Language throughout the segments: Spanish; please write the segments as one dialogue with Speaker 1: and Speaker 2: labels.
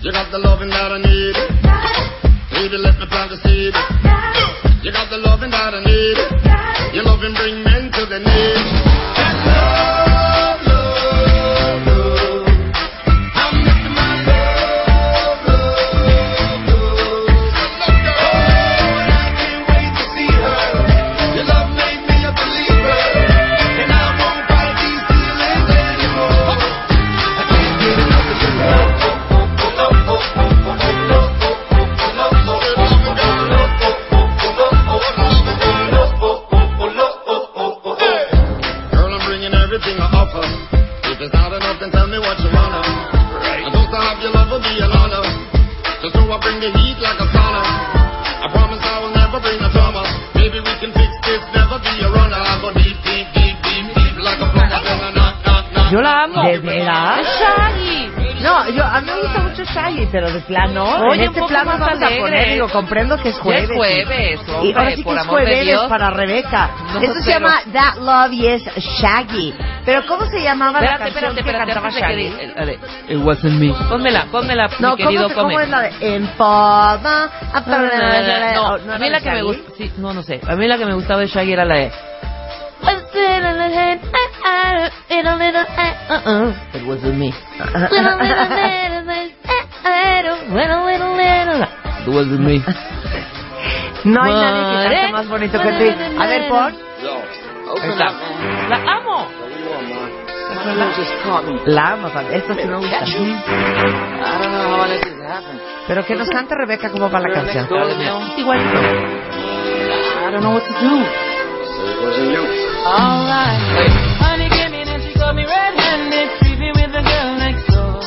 Speaker 1: You got the loving that I need. Baby, let me plant the seed. You got the loving that I need. Your loving bring men to the need. Just love, love, love. I'm missing my love, love, love, love. Oh, I can't wait to see her. Your love made me a believer, and I won't fight these feelings anymore. I can't get enough of your love. Girl, I'm bringing everything I offer. If it's not enough, then tell me what you wanna. I'm supposed to have your love will be an honor. Just know I bring the heat like a sauna. I promise I will never bring the drama. Maybe we can fix this, never be a runner. I go deep, deep, deep, deep, deep like a plumber. Then I knock, knock, knock.
Speaker 2: Yo la amo.
Speaker 3: ¿De veras?
Speaker 2: Es
Speaker 3: Shaggy.
Speaker 2: No, yo, a mí me gusta mucho Shaggy, pero de plano,
Speaker 3: Oye,
Speaker 2: en
Speaker 3: un
Speaker 2: este
Speaker 3: poco
Speaker 2: plan
Speaker 3: más
Speaker 2: no vas a
Speaker 3: alegre.
Speaker 2: poner, digo, comprendo que es
Speaker 3: Ya
Speaker 2: jueves.
Speaker 3: es jueves,
Speaker 2: Y ahora
Speaker 3: hombre,
Speaker 2: sí que
Speaker 3: por
Speaker 2: es
Speaker 3: amor de
Speaker 2: jueves
Speaker 3: Dios.
Speaker 2: para Rebeca.
Speaker 3: No,
Speaker 2: Esto se
Speaker 3: pero-
Speaker 2: llama That Love Yes Shaggy. Pero ¿cómo se llamaba la
Speaker 3: Espérate,
Speaker 2: canción
Speaker 3: espérate,
Speaker 2: que
Speaker 3: espérate,
Speaker 2: cantaba
Speaker 3: antes de que...
Speaker 2: Shaggy?
Speaker 3: di- a ver, Pónmela, pónmela, mi
Speaker 2: No,
Speaker 3: querido,
Speaker 2: ¿cómo, se- cómo
Speaker 3: come.
Speaker 2: es la de Empoda?
Speaker 3: No, no,
Speaker 2: ¿No
Speaker 3: no, no, a
Speaker 2: era
Speaker 3: mí
Speaker 2: de
Speaker 3: la que me
Speaker 2: Shaggy?
Speaker 3: gusta, sí, no, no sé. A mí la que me gustaba de Shaggy era la de
Speaker 2: Uh-uh.
Speaker 3: It was with me. It was with me.
Speaker 2: No hay nadie que cante más bonito que tú. A ver, pon.
Speaker 1: Yo,
Speaker 3: Ahí
Speaker 1: open
Speaker 3: está.
Speaker 1: up, man.
Speaker 3: La amo.
Speaker 1: What do you want, man? You just caught me.
Speaker 2: La amo, Fabi. esto sí me gusta.
Speaker 1: I don't know how I let this happen.
Speaker 2: Pero que nos cante Rebeca cómo va la
Speaker 1: Girl next
Speaker 2: canción.
Speaker 1: door, you know?
Speaker 2: Igualito.
Speaker 1: I don't know what to do. So it wasn't you.
Speaker 4: Alright. Honey came in and she caught me red-handed, creeping with the girl next door.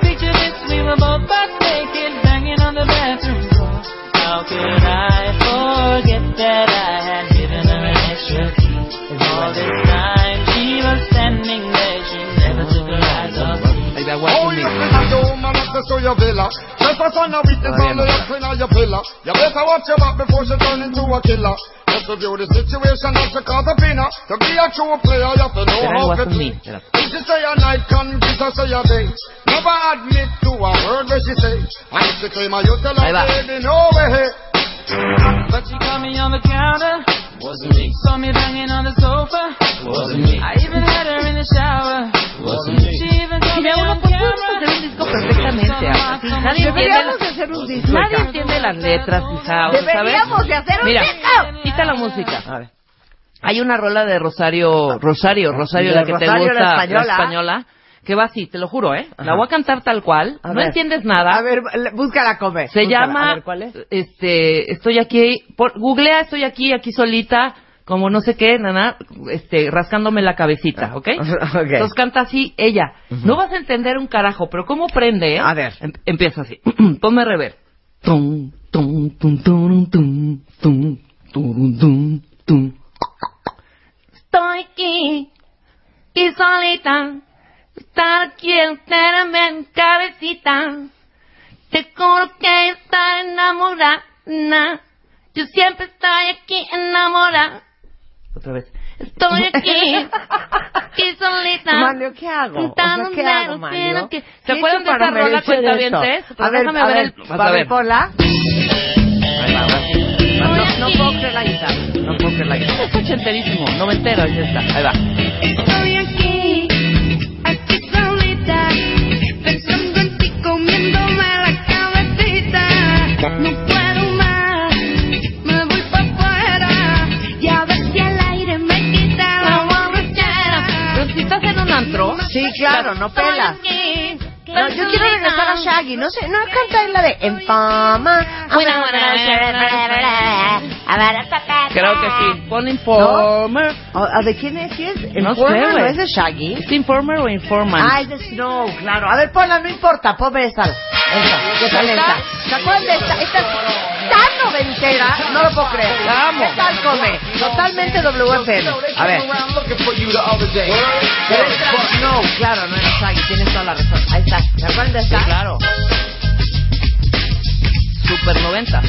Speaker 4: Picture this, we were both butt naked, banging on the bathroom door. How could I forget that I had given her an extra key? All this time she was standing there, she never took her eyes off me.
Speaker 3: Ahí va,
Speaker 1: Oh,
Speaker 3: watch
Speaker 1: you
Speaker 3: me.
Speaker 1: finna do man access to
Speaker 3: Oh,
Speaker 1: your villa. Just a son of witness
Speaker 3: Todavía
Speaker 1: on
Speaker 3: no
Speaker 1: the
Speaker 3: está.
Speaker 1: queen of your pillar. You better watch your back before she turn into a killer. Just review the situation as she call the winner. To be a true player, you have to know
Speaker 3: Pero it
Speaker 1: how to
Speaker 3: wasn't
Speaker 1: play.
Speaker 3: me. Espérate.
Speaker 1: If she say a night, convince her say a day. Never admit to a word where she say. And if she claim a you tell her,
Speaker 3: Ahí va.
Speaker 1: baby, no way.
Speaker 4: But she caught me on the counter. Wasn't me. Saw me banging on the sofa. Wasn't me. I even had her in the shower. Wasn't me. She even caught me
Speaker 3: Mira, uno
Speaker 4: on
Speaker 3: puede
Speaker 4: camera.
Speaker 3: hacer un disco perfectamente. ah, sí. Nadie entiende,
Speaker 2: Deberíamos de hacer un disco.
Speaker 3: nadie entiende las letras, quizá, ¿sabes?
Speaker 2: Deberíamos de hacer un
Speaker 3: Mira,
Speaker 2: disco.
Speaker 3: quita la música. A ver. Hay una rola de Rosario, Rosario, Rosario,
Speaker 2: De
Speaker 3: la que te
Speaker 2: Rosario,
Speaker 3: gusta,
Speaker 2: la española.
Speaker 3: española, que va así, te lo juro, ¿eh?
Speaker 2: Ajá.
Speaker 3: La voy a cantar tal cual,
Speaker 2: A
Speaker 3: no
Speaker 2: ver.
Speaker 3: entiendes nada.
Speaker 2: A ver, le- búscala comer.
Speaker 3: Se
Speaker 2: Búscala.
Speaker 3: llama,
Speaker 2: A ver, ¿cuál es?
Speaker 3: este, estoy aquí, por- googlea, estoy aquí, aquí solita, como no sé qué, nana, este, rascándome la cabecita, ¿ok?
Speaker 2: Ok.
Speaker 3: Entonces canta así ella. No vas a entender un carajo, pero ¿cómo prende? eh?
Speaker 2: A ver.
Speaker 3: Em- empieza así. Ponme rever. Tum, tum, tum, turum, tum, tum, turum, tum, tum. Estoy aquí, y solita, estar aquí enteramente en cabecita. Te juro que está enamorada. Yo siempre estoy aquí enamorada. Otra vez. Estoy aquí, y solita.
Speaker 2: Manlio, ¿qué hago? O sea, ¿qué hago, Manlio?
Speaker 3: ¿Se
Speaker 2: ¿Qué he
Speaker 3: acuerdan
Speaker 2: hecho
Speaker 3: de esa
Speaker 2: para
Speaker 3: rola
Speaker 2: merecer
Speaker 3: cuentavientes?
Speaker 2: esto?
Speaker 3: Pero
Speaker 2: A ver,
Speaker 3: déjame
Speaker 2: a
Speaker 3: ver
Speaker 2: ver,
Speaker 3: el- vas
Speaker 2: a
Speaker 3: a
Speaker 2: ver,
Speaker 3: ver.
Speaker 2: ponla. No, no puedo creer la guitarra.
Speaker 3: No puedo creer la guitarra. Es ochenterísimo, noventero es esta. Ahí va.
Speaker 5: Estoy aquí, aquí solita, pensando en ti, comiéndome la cabecita. No puedo más, me voy para afuera. Sí, claro, no pela. No, yo quiero regresar a Shaggy. No sé, no canta en la de En Fama.
Speaker 3: Buena, buena. Creo que sí. Pon informer.
Speaker 5: ¿A- a ¿De quién es? ¿Sí es?
Speaker 3: No sé,
Speaker 5: Informer, ¿no
Speaker 3: güey.
Speaker 5: es de Shaggy?
Speaker 3: ¿Es informer o informant?
Speaker 5: Ah, es de Snow, claro. A ver, ponla, no importa. Ponme esta. Esta, que sale esta. ¿Se acuerdan de esta? Esta es tan noventera, no lo puedo creer.
Speaker 3: La amo.
Speaker 5: ¿Qué tal come? Totalmente WFM. A ver. Pero esta es Snow, claro, no es Shaggy. Tienes toda la razón. Ahí está. ¿Se acuerdan de esta?
Speaker 3: Claro. Super 90.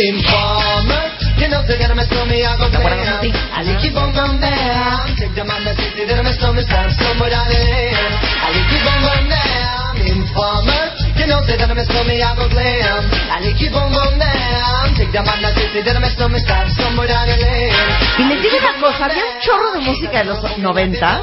Speaker 4: Informer, you know they're gonna mess with me, I go
Speaker 3: ¿Te acuerdas
Speaker 4: down.
Speaker 3: de ti?
Speaker 4: I keep on going down, take them on the city, they're gonna mess with me, stand somewhere down there. I keep on going down, informer, you know they're gonna mess with me, I go glam. I keep on going down, take them on the city, they're gonna mess with me, stand somewhere down there.
Speaker 5: Y les digo una cosa, había un chorro de música de los 90,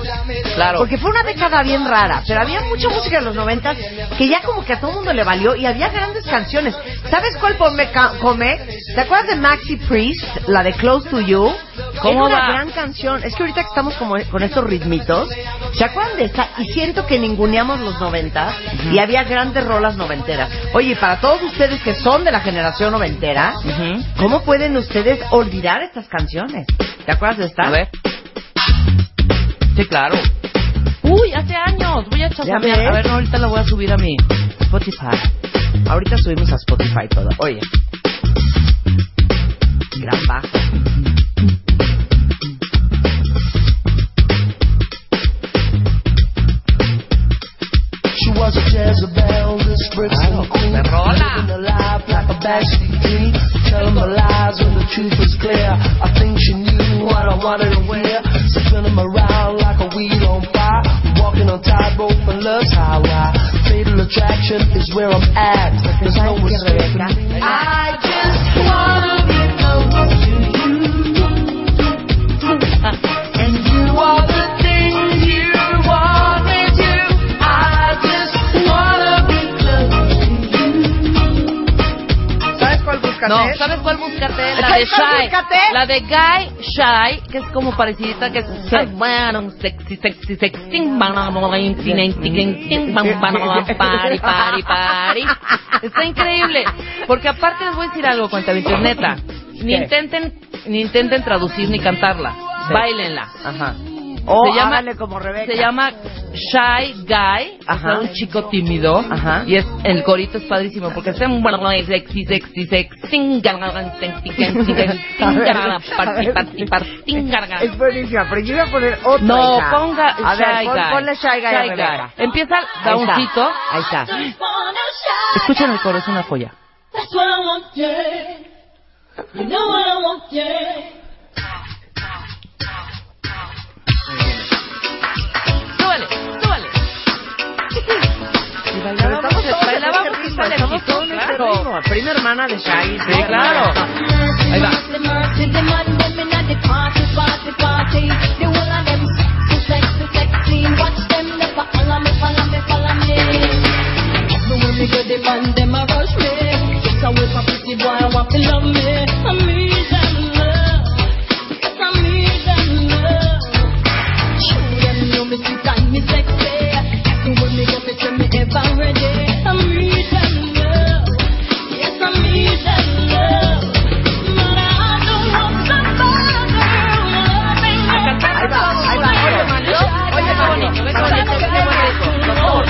Speaker 3: Claro.
Speaker 5: porque fue una década bien rara, pero había mucha música de los 90 que ya como que a todo el mundo le valió y había grandes canciones. ¿Sabes cuál ponme ca- come? ¿Te acuerdas de Maxi Priest, la de Close to You?
Speaker 3: ¿Cómo
Speaker 5: Era una
Speaker 3: va?
Speaker 5: gran canción. Es que ahorita que estamos como con estos ritmitos, ¿se acuerdan de esta? Y siento que ninguneamos los 90 y había grandes rolas noventeras. Oye, y para todos ustedes que son de la generación noventera,
Speaker 3: Ujú.
Speaker 5: ¿Cómo pueden ustedes olvidar estas canciones? ¿Te acuerdas de esta?
Speaker 3: A ver. Sí, claro. Uy, hace años. Voy a chasamear.
Speaker 5: ves?
Speaker 3: A ver, no, ahorita la voy a subir a mi Spotify.
Speaker 5: Ahorita subimos a Spotify todo. Oye. Gran baja.
Speaker 4: She was a Jezebel, this bricks no queen. Living a life like a backstreet dream. Telling my lies when the truth was clear. I think she knew what I wanted to wear. So spinning around like a weed on fire. Walking on tightrope and love's highway. Fatal attraction is where I'm at. There's no escaping me. I just wanna be close to you. And you are the things you want me to. I just wanna be close to you.
Speaker 5: ¿Sabes cuál buscas?
Speaker 3: No, ¿sabes cuál búscate? La de
Speaker 5: ¿Sabes cuál
Speaker 3: Shy.
Speaker 5: búscate?
Speaker 3: La de Guy Shy, que es como parecidita que es... Ay, bueno, sexy, sexy, sexy. Pari, pari, pari. Está increíble. Porque aparte les voy a decir algo, cuenta neta. Ni
Speaker 5: ¿Qué?
Speaker 3: intenten, ni intenten traducir ni cantarla. Bailenla.
Speaker 5: Ajá. O
Speaker 3: Se llama-
Speaker 5: háganle Oh, como Rebeca.
Speaker 3: Se llama Shy Guy, o
Speaker 5: Ajá.
Speaker 3: sea, un chico tímido.
Speaker 5: Ajá.
Speaker 3: Y es, el corito es padrísimo porque es un sexy, sexy, sexy. garganta, sexy, sexy, sexy,
Speaker 5: A ver,
Speaker 3: garganta,
Speaker 5: a ver.
Speaker 3: parti, parti, parti, garganta.
Speaker 5: Es buenísima, pero yo iba a poner otra.
Speaker 3: No,
Speaker 5: hija.
Speaker 3: ponga
Speaker 5: A ver,
Speaker 3: Shy
Speaker 5: pon,
Speaker 3: Guy.
Speaker 5: ponle Shy Guy a
Speaker 3: Shy
Speaker 5: Rebeca.
Speaker 3: Guy. Empieza
Speaker 5: Ahí
Speaker 3: downjito.
Speaker 5: está, Ahí está.
Speaker 3: Escuchen el coro, es una joya.
Speaker 6: That's what I want, yeah. You know what I want, yeah.
Speaker 3: Súbale, súbale.
Speaker 5: Pero estamos todos en
Speaker 3: Bailábamos
Speaker 5: este ritmo,
Speaker 3: esta de
Speaker 5: estamos
Speaker 3: Jito,
Speaker 5: todos en este
Speaker 3: claro.
Speaker 5: ritmo. Prima hermana de Shy.
Speaker 3: Sí, claro. Ahí va.
Speaker 5: Ahí va, ahí va. Oye, Manolo, oye, Manolo.
Speaker 3: Qué bonito, qué bonito, qué bonito. Por favor.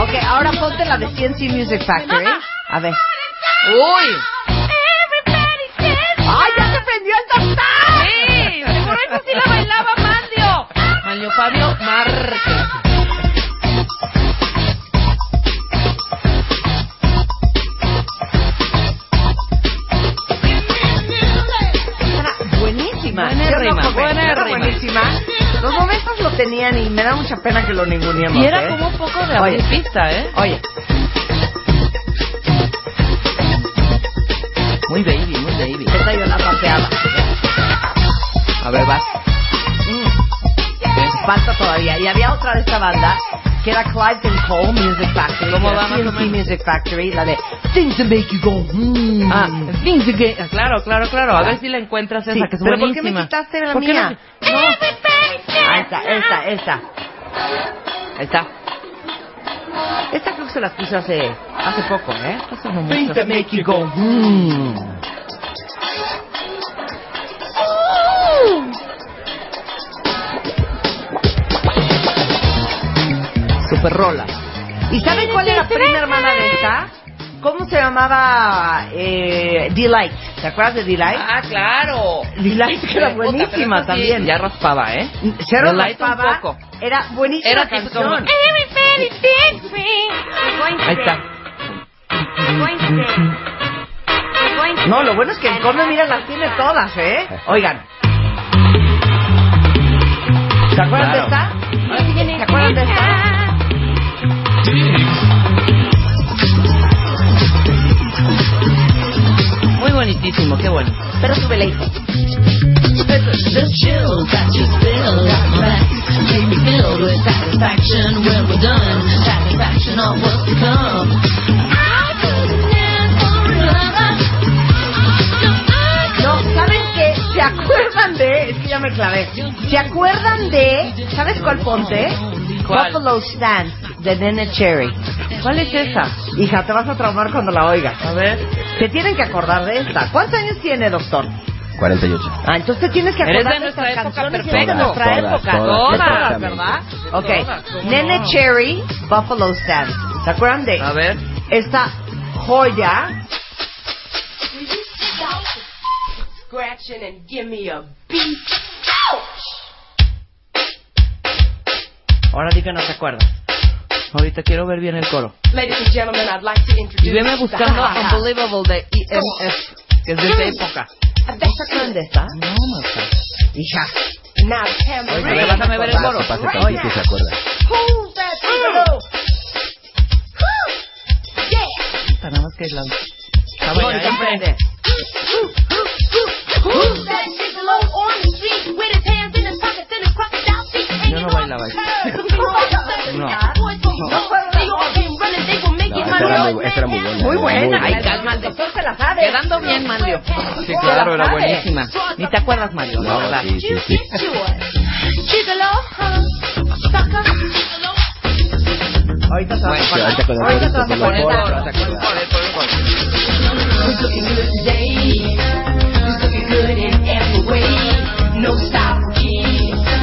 Speaker 5: Ok, ahora ponte la de CNC Music Factory. ¿eh? A ver.
Speaker 3: Uy.
Speaker 5: ¡Ay, ya se prendió el tostán!
Speaker 3: Sí, seguro eso sí la bailaba Mandio. Manlio Fabio Márquez.
Speaker 5: Era Buenísima.
Speaker 3: Buena
Speaker 5: Yo no
Speaker 3: rima,
Speaker 5: comí,
Speaker 3: buena
Speaker 5: era
Speaker 3: rima.
Speaker 5: buenísima. Los momentos lo tenían y me da mucha pena que lo ninguneamos.
Speaker 3: Y era
Speaker 5: ¿eh?
Speaker 3: como un poco de
Speaker 5: Oye.
Speaker 3: autopista, ¿eh?
Speaker 5: Oye,
Speaker 3: Muy baby, muy baby.
Speaker 5: esta yo la pateaba.
Speaker 3: A ver, vas.
Speaker 5: Mm.
Speaker 2: falta todavía. Y había otra de esta banda que era Clive and Cole Music Factory.
Speaker 3: ¿Cómo
Speaker 2: que era
Speaker 3: va más o
Speaker 2: TNT
Speaker 3: menos?
Speaker 2: Music Factory, la de Things That Make You Go. mm.
Speaker 3: Ah, things que- ah, claro, claro, claro. A ver si la encuentras esa,
Speaker 2: Sí,
Speaker 3: que es
Speaker 2: pero ¿por
Speaker 3: buenísima.
Speaker 2: qué me quitaste la
Speaker 3: ¿Por qué
Speaker 2: mía?
Speaker 3: No, no,
Speaker 2: Ah, esta, esta, esta.
Speaker 3: ahí está.
Speaker 2: Esta creo que se las puse hace, hace poco, ¿eh?
Speaker 3: Eso no mucho.
Speaker 2: Make You Go. Mm. Super rola. ¿Y saben cuál era la prima hermana de esta? ¿Cómo se llamaba? Eh, Delight. ¿Te acuerdas de Delight?
Speaker 3: Ah, claro.
Speaker 2: Delight que era
Speaker 3: Puta, pero
Speaker 2: buenísima
Speaker 3: esta sí
Speaker 2: también.
Speaker 3: Ya raspaba, ¿eh?
Speaker 2: Cero
Speaker 3: Delight un
Speaker 2: raspaba,
Speaker 3: poco.
Speaker 2: Era buenísima
Speaker 3: Era tipo
Speaker 2: canción.
Speaker 3: como-
Speaker 5: Everybody dance me.
Speaker 3: Ahí está.
Speaker 2: No, lo bueno es que el Conde, mira, las tiene todas, ¿eh? Oigan. ¿Se acuerdan de esta? ¿Se acuerdan de esta?
Speaker 3: Muy bonitísimo, qué bueno.
Speaker 2: Pero súbele, hijo. No, ¿saben qué? ¿Se acuerdan de...? Es que ya me clavé. ¿Se acuerdan de...? ¿Sabes cuál ponte?
Speaker 3: ¿Cuál?
Speaker 2: Buffalo Stance, de Nene Cherry.
Speaker 3: ¿Cuál es esa?
Speaker 2: Hija, te vas a traumar cuando la oigas.
Speaker 3: A ver.
Speaker 2: Se tienen que acordar de esta. ¿Cuántos años tiene, doctor?
Speaker 7: 48.
Speaker 2: Ah, entonces te tienes que
Speaker 3: Eres
Speaker 2: acordar
Speaker 3: de
Speaker 2: estas
Speaker 3: nuestra época
Speaker 2: canciones y
Speaker 3: perfecta.
Speaker 2: de nuestra
Speaker 7: Todas,
Speaker 2: época.
Speaker 7: todas,
Speaker 2: De
Speaker 3: Todas,
Speaker 7: perfectamente.
Speaker 3: ¿verdad?
Speaker 2: Ok.
Speaker 3: Todas, ¿cómo
Speaker 2: Nene
Speaker 3: no?
Speaker 2: Cherry, Buffalo Stance. ¿Se acuerdan de
Speaker 3: A ver.
Speaker 2: esta joya? Ahora di que no se acuerdan.
Speaker 3: Ahorita quiero ver bien el coro.
Speaker 4: Ladies and gentlemen, I'd like to
Speaker 3: Y
Speaker 4: introduce
Speaker 3: veme buscando
Speaker 4: the-
Speaker 3: Unbelievable de EMF, que es de esa época.
Speaker 2: ¿Se acuerdan de esta?
Speaker 3: No, no está.
Speaker 2: Hija.
Speaker 4: Now, Tamara,
Speaker 3: A ver, déjame ver el coro.
Speaker 7: Pase, pase, tantito, se acuerda.
Speaker 2: Who's that gigolo?
Speaker 3: Puta, Nada más que la... Ah, bueno,
Speaker 2: Mónica,
Speaker 3: ahí está.
Speaker 2: aprende.
Speaker 3: Yo no bailaba eso. No.
Speaker 7: No, esta era muy, esta era muy buena.
Speaker 2: Muy
Speaker 7: era
Speaker 2: buena. Ay,
Speaker 7: buena.
Speaker 2: calma, el doctor se la sabe.
Speaker 3: Quedando bien, Manlio.
Speaker 5: Sí,
Speaker 8: claro, era
Speaker 3: ¿Sabes?
Speaker 8: buenísima.
Speaker 3: Ni te acuerdas, Manlio, la
Speaker 7: No,
Speaker 3: verdad.
Speaker 7: sí, sí, sí.
Speaker 2: Ahorita se va a
Speaker 7: Sí,
Speaker 2: acordar.
Speaker 7: ahorita con el
Speaker 2: Ahorita se
Speaker 7: coro,
Speaker 2: va a
Speaker 7: con el
Speaker 2: acordar.
Speaker 7: coro, se acuerda.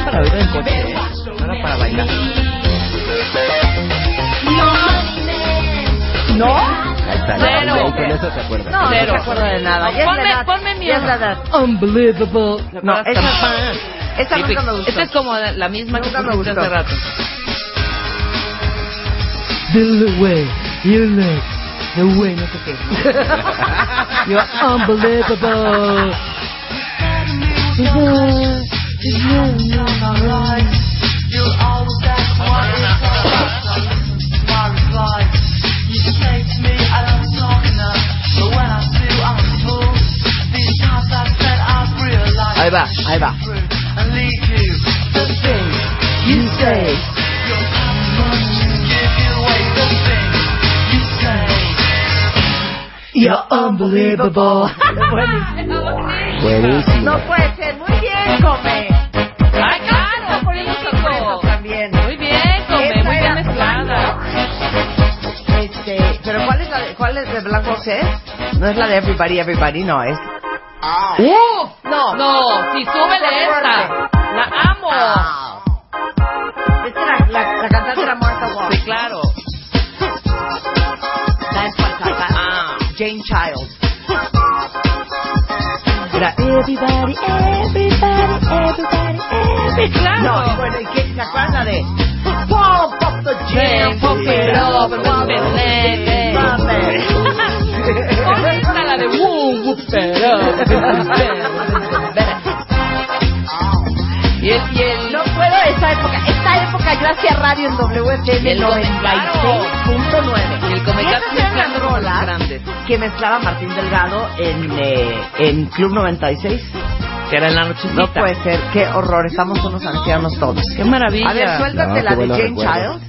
Speaker 3: Para oír en coche, ¿eh? No era para bailar.
Speaker 2: ¿No?
Speaker 7: Ahí está.
Speaker 3: Cero.
Speaker 7: ahí Con eso se acuerda.
Speaker 2: No,
Speaker 3: Cero.
Speaker 2: no se acuerda de nada. Ya es
Speaker 3: Ponme-
Speaker 2: la edad.
Speaker 3: ponme mi
Speaker 2: Ya es
Speaker 3: edad.
Speaker 2: la edad.
Speaker 3: Unbelievable.
Speaker 2: No, esa es más. Esa nunca me gustó.
Speaker 3: Esta es como la misma que
Speaker 2: Nunca me
Speaker 3: pusiste
Speaker 2: gustó.
Speaker 3: hace rato. Ahí va, ahí va.
Speaker 2: You're unbelievable.
Speaker 7: Buenísimo.
Speaker 2: No puede ser. Muy bien, come.
Speaker 3: ¡Ay, claro! Por eso
Speaker 2: Eso también.
Speaker 3: Muy bien, come,
Speaker 2: Esta
Speaker 3: muy bien
Speaker 2: era
Speaker 3: mezclada.
Speaker 2: Este, pero ¿cuál es la de, cuál es de Black Box es? No es la de Everybody, Everybody, no es.
Speaker 3: ¡Uf!
Speaker 2: No.
Speaker 3: No, sí, súbele esta. La amo.
Speaker 2: Ah. Esta era, la, la cantante era Martha Wash.
Speaker 3: Sí, claro.
Speaker 2: ¿Sabes cuál canta?
Speaker 3: Ah.
Speaker 2: Jane Child. Era Everybody, Everybody, Everybody, Everybody.
Speaker 3: Claro.
Speaker 2: No, bueno, ¿y qué? ¿Se acuerdan la de? Pump up the jam,
Speaker 3: Pump it up, pump it, baby.
Speaker 2: Pump it.
Speaker 3: Hoy está la de Woo, Woo, pero. Y el, y el,
Speaker 2: No puedo de esa época. Esta época yo hacía radio en WFM
Speaker 3: El y
Speaker 2: 96.9.
Speaker 3: el comediante
Speaker 2: Y esas eran las
Speaker 3: mezclando con los
Speaker 2: rolas
Speaker 3: grandes.
Speaker 2: que mezclaba Martín Delgado en, eh, en Club 96.
Speaker 3: que era en la nochecita.
Speaker 2: No puede ser, qué horror, estamos unos ancianos todos.
Speaker 3: Qué maravilla.
Speaker 2: A ver, suéltate
Speaker 7: No,
Speaker 2: la
Speaker 3: Ah,
Speaker 7: qué
Speaker 2: de
Speaker 7: buenos
Speaker 2: Jane
Speaker 7: recuerdos.
Speaker 2: Child.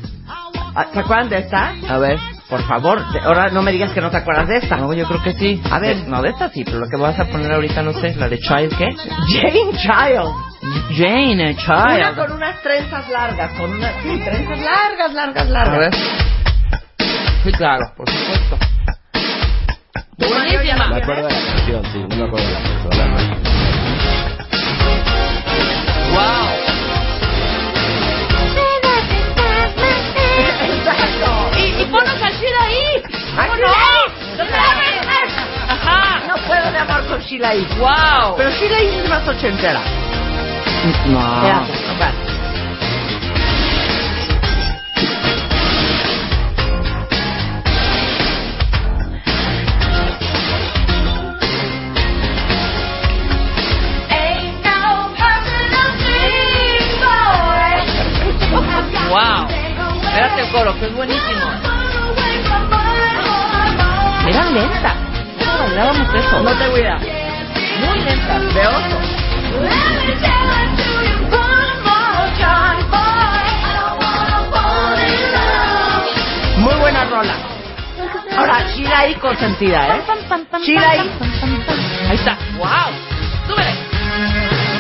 Speaker 2: Ah, ¿Se acuerdan de esta?
Speaker 3: A ver.
Speaker 2: Por favor, de- ahora no me digas que no te acuerdas de esta.
Speaker 3: No, yo creo que sí.
Speaker 2: A ver.
Speaker 3: no, de esta sí, pero lo que vas a poner ahorita no sé, la de Child, ¿qué?
Speaker 2: Jane Child.
Speaker 3: Jane eh,
Speaker 2: Una
Speaker 3: Child.
Speaker 2: con unas trenzas largas, con unas sí, trenzas largas, largas,
Speaker 3: A ver.
Speaker 2: largas.
Speaker 3: Sí, claro, por supuesto. Buenísima.
Speaker 7: Me acuerdo de la canción, sí, no me acuerdo de la persona.
Speaker 3: Wow.
Speaker 2: Exacto.
Speaker 5: Y, y ponos al Chile ahí.
Speaker 2: Ay,
Speaker 5: ¿Cómo no?
Speaker 2: Sheila.
Speaker 5: Ajá.
Speaker 2: No puedo de amor con Sheila E.
Speaker 3: Wow.
Speaker 2: Pero Sheila E es más ochentera.
Speaker 3: No.
Speaker 2: Espérate, espérate.
Speaker 5: Ain't no personal dream, boy.
Speaker 3: Wow. Espérate el coro, que es buenísimo. Era lenta. ¿Cómo bailábamos eso?
Speaker 2: No te cuidas.
Speaker 3: Muy lenta.
Speaker 2: De oso. Muy buena rola. Ahora, Sheila E consentida, ¿eh? Sheila ahí.
Speaker 3: Ahí está. Wow. Súbele.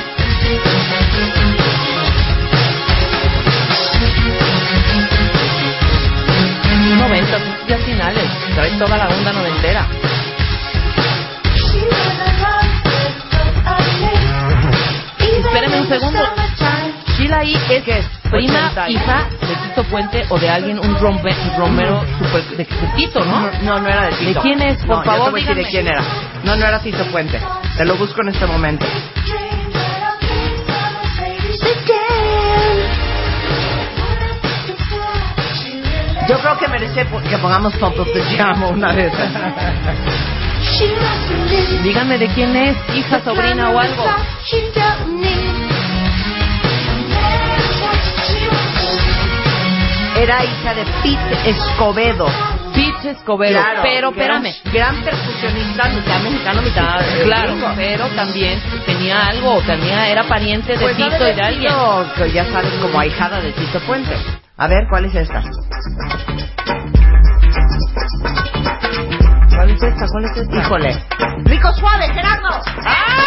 Speaker 3: Noventas, ya finales. Trae toda la onda noventera.
Speaker 5: Espérame un segundo.
Speaker 3: Sheila E. es prima,
Speaker 2: 80 años.
Speaker 3: hija de Tito Puente o de alguien, un rompe- romero super de, de Tito, ¿no?
Speaker 2: No, no era de Tito.
Speaker 3: ¿De quién es? Por
Speaker 2: No, ya
Speaker 3: favor,
Speaker 2: te voy a decir de
Speaker 3: díganme.
Speaker 2: quién era. No, no era Tito Puente. Te lo busco en este momento. Yo creo que merece po- que pongamos Top of the Jam o una de esas.
Speaker 3: Díganme de quién es, hija, sobrina o algo.
Speaker 2: Era hija de Pete Escobedo.
Speaker 3: Pete Escobedo,
Speaker 2: Claro,
Speaker 3: pero
Speaker 2: gran-
Speaker 3: espérame.
Speaker 2: Gran percusionista, mitad mexicano, mitad. eh,
Speaker 3: Claro, Pues
Speaker 2: gringo.
Speaker 3: pero también tenía algo, tenía, era pariente de
Speaker 2: Pues no
Speaker 3: Tito
Speaker 2: debe
Speaker 3: y de alguien.
Speaker 2: sido, que ya sabes, como ahijada de Tito Puente. A ver, ¿cuál es esta? ¿Cuál es esta? ¿Cuál es esta? Híjole. Rico Suave, Gerardo.
Speaker 3: ¡Ah!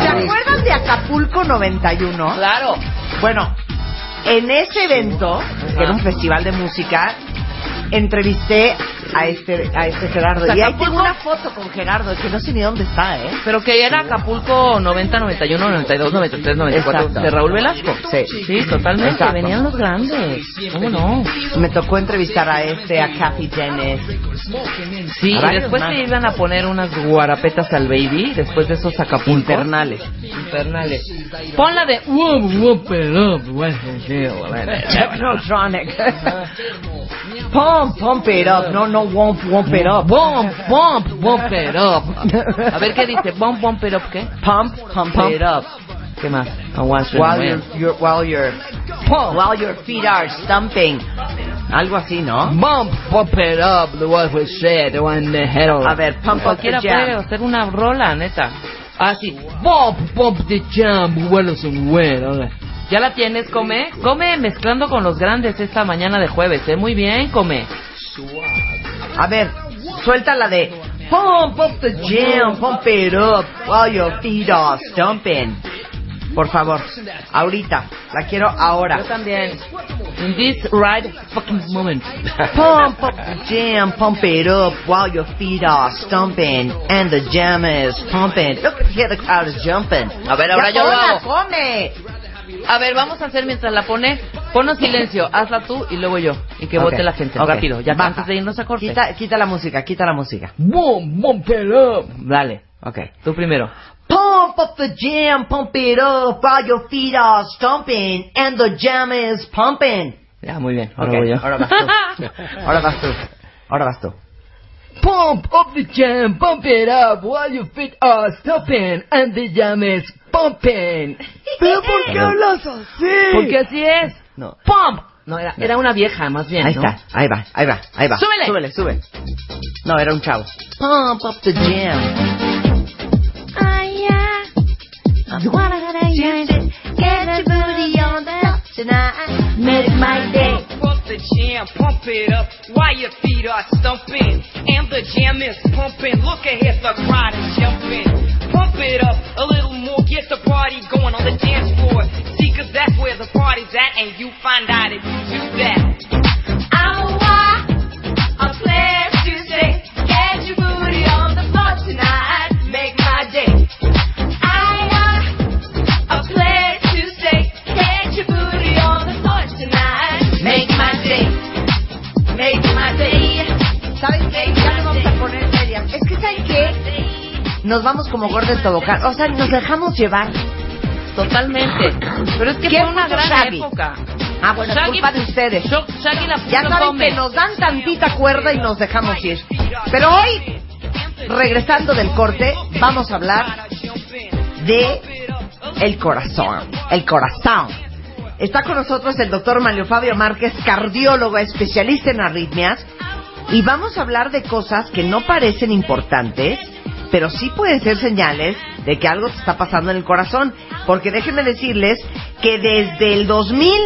Speaker 2: ¿Se acuerdan de Acapulco 91?
Speaker 3: Claro.
Speaker 2: Bueno, en ese evento, que era un festival de música, entrevisté a este, a este Gerardo. Y ahí
Speaker 3: Acapulco-
Speaker 2: tengo una foto con Gerardo, que no sé ni dónde está, ¿eh?
Speaker 3: Pero que era Acapulco 90, 91, 92, 93, 94
Speaker 2: Exacto.
Speaker 3: de Raúl Velasco.
Speaker 2: Sí.
Speaker 3: Sí, totalmente.
Speaker 2: Exacto.
Speaker 3: Venían los grandes. ¿Cómo no?
Speaker 2: Me tocó entrevistar a este, a Kathy Dennis.
Speaker 3: Sí,
Speaker 2: A
Speaker 3: y
Speaker 2: varios
Speaker 3: después
Speaker 2: más.
Speaker 3: le iban a poner unas guarapetas al baby, después de esos Acapulcos.
Speaker 2: Infernales.
Speaker 3: Infernales. Pon la de...
Speaker 2: Technotronic.
Speaker 3: Uh-huh.
Speaker 2: pump, pump it up. No, no, womp, womp it up.
Speaker 3: Bump, bump, bump it up. A ver qué dice. Bump, bump it up, ¿qué?
Speaker 2: Pump, pump,
Speaker 3: Pump.
Speaker 2: it up.
Speaker 3: ¿Qué más? Aguas,
Speaker 2: While
Speaker 3: Renovel.
Speaker 2: your, your, while your, while your feet are stumping. Algo así, ¿no?
Speaker 3: Bump, bump it up, the what we said, one the hell.
Speaker 2: A ver, pump up the
Speaker 3: Cualquiera puede
Speaker 2: jam.
Speaker 3: hacer una rola, neta. Ah, sí. Bump, bump the jam, vuelos un vuelo. Ya la tienes, come. Come mezclando con los grandes esta mañana de jueves, ¿eh? Muy bien, come.
Speaker 2: A ver, suelta la de pump up the jam, pump it up while your feet are stumping. Por favor, ahorita, la quiero ahora.
Speaker 3: Yo también. In this right fucking moment.
Speaker 2: Pump up the jam, pump it up while your feet are stumping and the jam is pumping. Look at here, the crowd is jumping.
Speaker 3: A ver, ahora
Speaker 2: Ya
Speaker 3: yo lo
Speaker 2: ponla,
Speaker 3: hago.
Speaker 2: come.
Speaker 3: A ver, vamos a hacer mientras la pone. Ponos silencio, hazla tú y luego yo. Y que
Speaker 2: Ok,
Speaker 3: vote la gente.
Speaker 2: ok.
Speaker 3: Rápido, ya
Speaker 2: Baja.
Speaker 3: antes de irnos a corte.
Speaker 2: Quita, quita la música, quita la música.
Speaker 3: Boom, bump it up. Dale,
Speaker 2: Ok.
Speaker 3: tú primero.
Speaker 2: Pump up the jam, pump it up while your feet are stumping and the jam is pumping.
Speaker 3: Ya, muy bien. Ahora
Speaker 2: Ok,
Speaker 3: voy yo.
Speaker 2: ahora vas tú. Ahora vas tú. Ahora vas tú.
Speaker 3: Pump up the jam, pump it up while your feet are stopping and the jam is pumping.
Speaker 2: ¿Pero por qué hablas así?
Speaker 3: Porque así es.
Speaker 2: No.
Speaker 3: Pump. No, era, era una vieja más bien.
Speaker 2: Ahí
Speaker 3: ¿no?
Speaker 2: está, ahí va, ahí va, ahí va.
Speaker 3: Súbele.
Speaker 2: Súbele, sube. No, era un chavo. Pump up the jam.
Speaker 5: Wanna go to use it? Get your booty on the top tonight. Make my day.
Speaker 4: Pump the jam, pump it up while your feet are stumping. And the jam is pumping. Look ahead, the crowd is jumping. Pump it up a little more, get the party going on the dance floor. See, cause that's where the party's at, and you find out if you do that.
Speaker 5: I'm a wild, I'm playing Tuesday. Get your booty on the floor tonight. Make my day. I am a player Tuesday. Get your booty on the floor tonight. Make my day. Make my day.
Speaker 3: ¿Sabes qué? Ya nos vamos a poner serias. Es que, ¿saben qué? Nos vamos como gordos de tobogán. O sea, nos dejamos llevar.
Speaker 9: Totalmente. Pero es que
Speaker 3: ¿Quién
Speaker 9: fue una
Speaker 3: puso
Speaker 9: gran
Speaker 3: Shaggy?
Speaker 9: época.
Speaker 3: Ah, bueno, es
Speaker 9: Shaggy-
Speaker 3: culpa de ustedes.
Speaker 9: Yo- Shaggy la
Speaker 3: Ya
Speaker 9: puso
Speaker 3: saben
Speaker 9: Comer.
Speaker 3: que nos dan tantita cuerda y nos dejamos ir. Pero hoy, regresando del corte, vamos a hablar de el corazón. El corazón. Está con nosotros el doctor Mario Fabio Márquez, cardiólogo, especialista en arritmias. Y vamos a hablar de cosas que no parecen importantes, pero sí pueden ser señales de que algo te está pasando en el corazón. Porque déjenme decirles que desde el 2000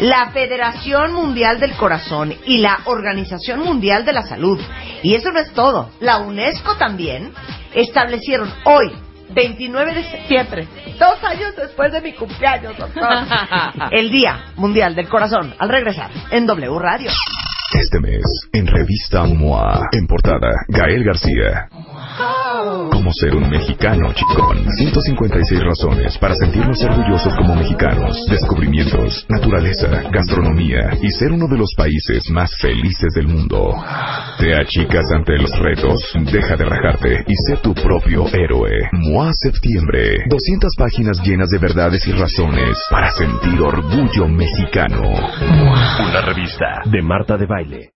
Speaker 3: la Federación Mundial del Corazón y la Organización Mundial de la Salud, y eso no es todo, la UNESCO también, establecieron hoy, 29 de septiembre, dos años después de mi cumpleaños, doctor, el Día Mundial del Corazón, al regresar en W Radio.
Speaker 10: Este mes, en revista MOA, en portada, Gael García. Cómo ser un mexicano chicón. 156 razones para sentirnos orgullosos como mexicanos. Descubrimientos, naturaleza, gastronomía y ser uno de los países más felices del mundo. Te achicas ante los retos, deja de rajarte y sé tu propio héroe. MOA Septiembre. 200 páginas llenas de verdades y razones para sentir orgullo mexicano.
Speaker 11: Una revista de Marta de Baile.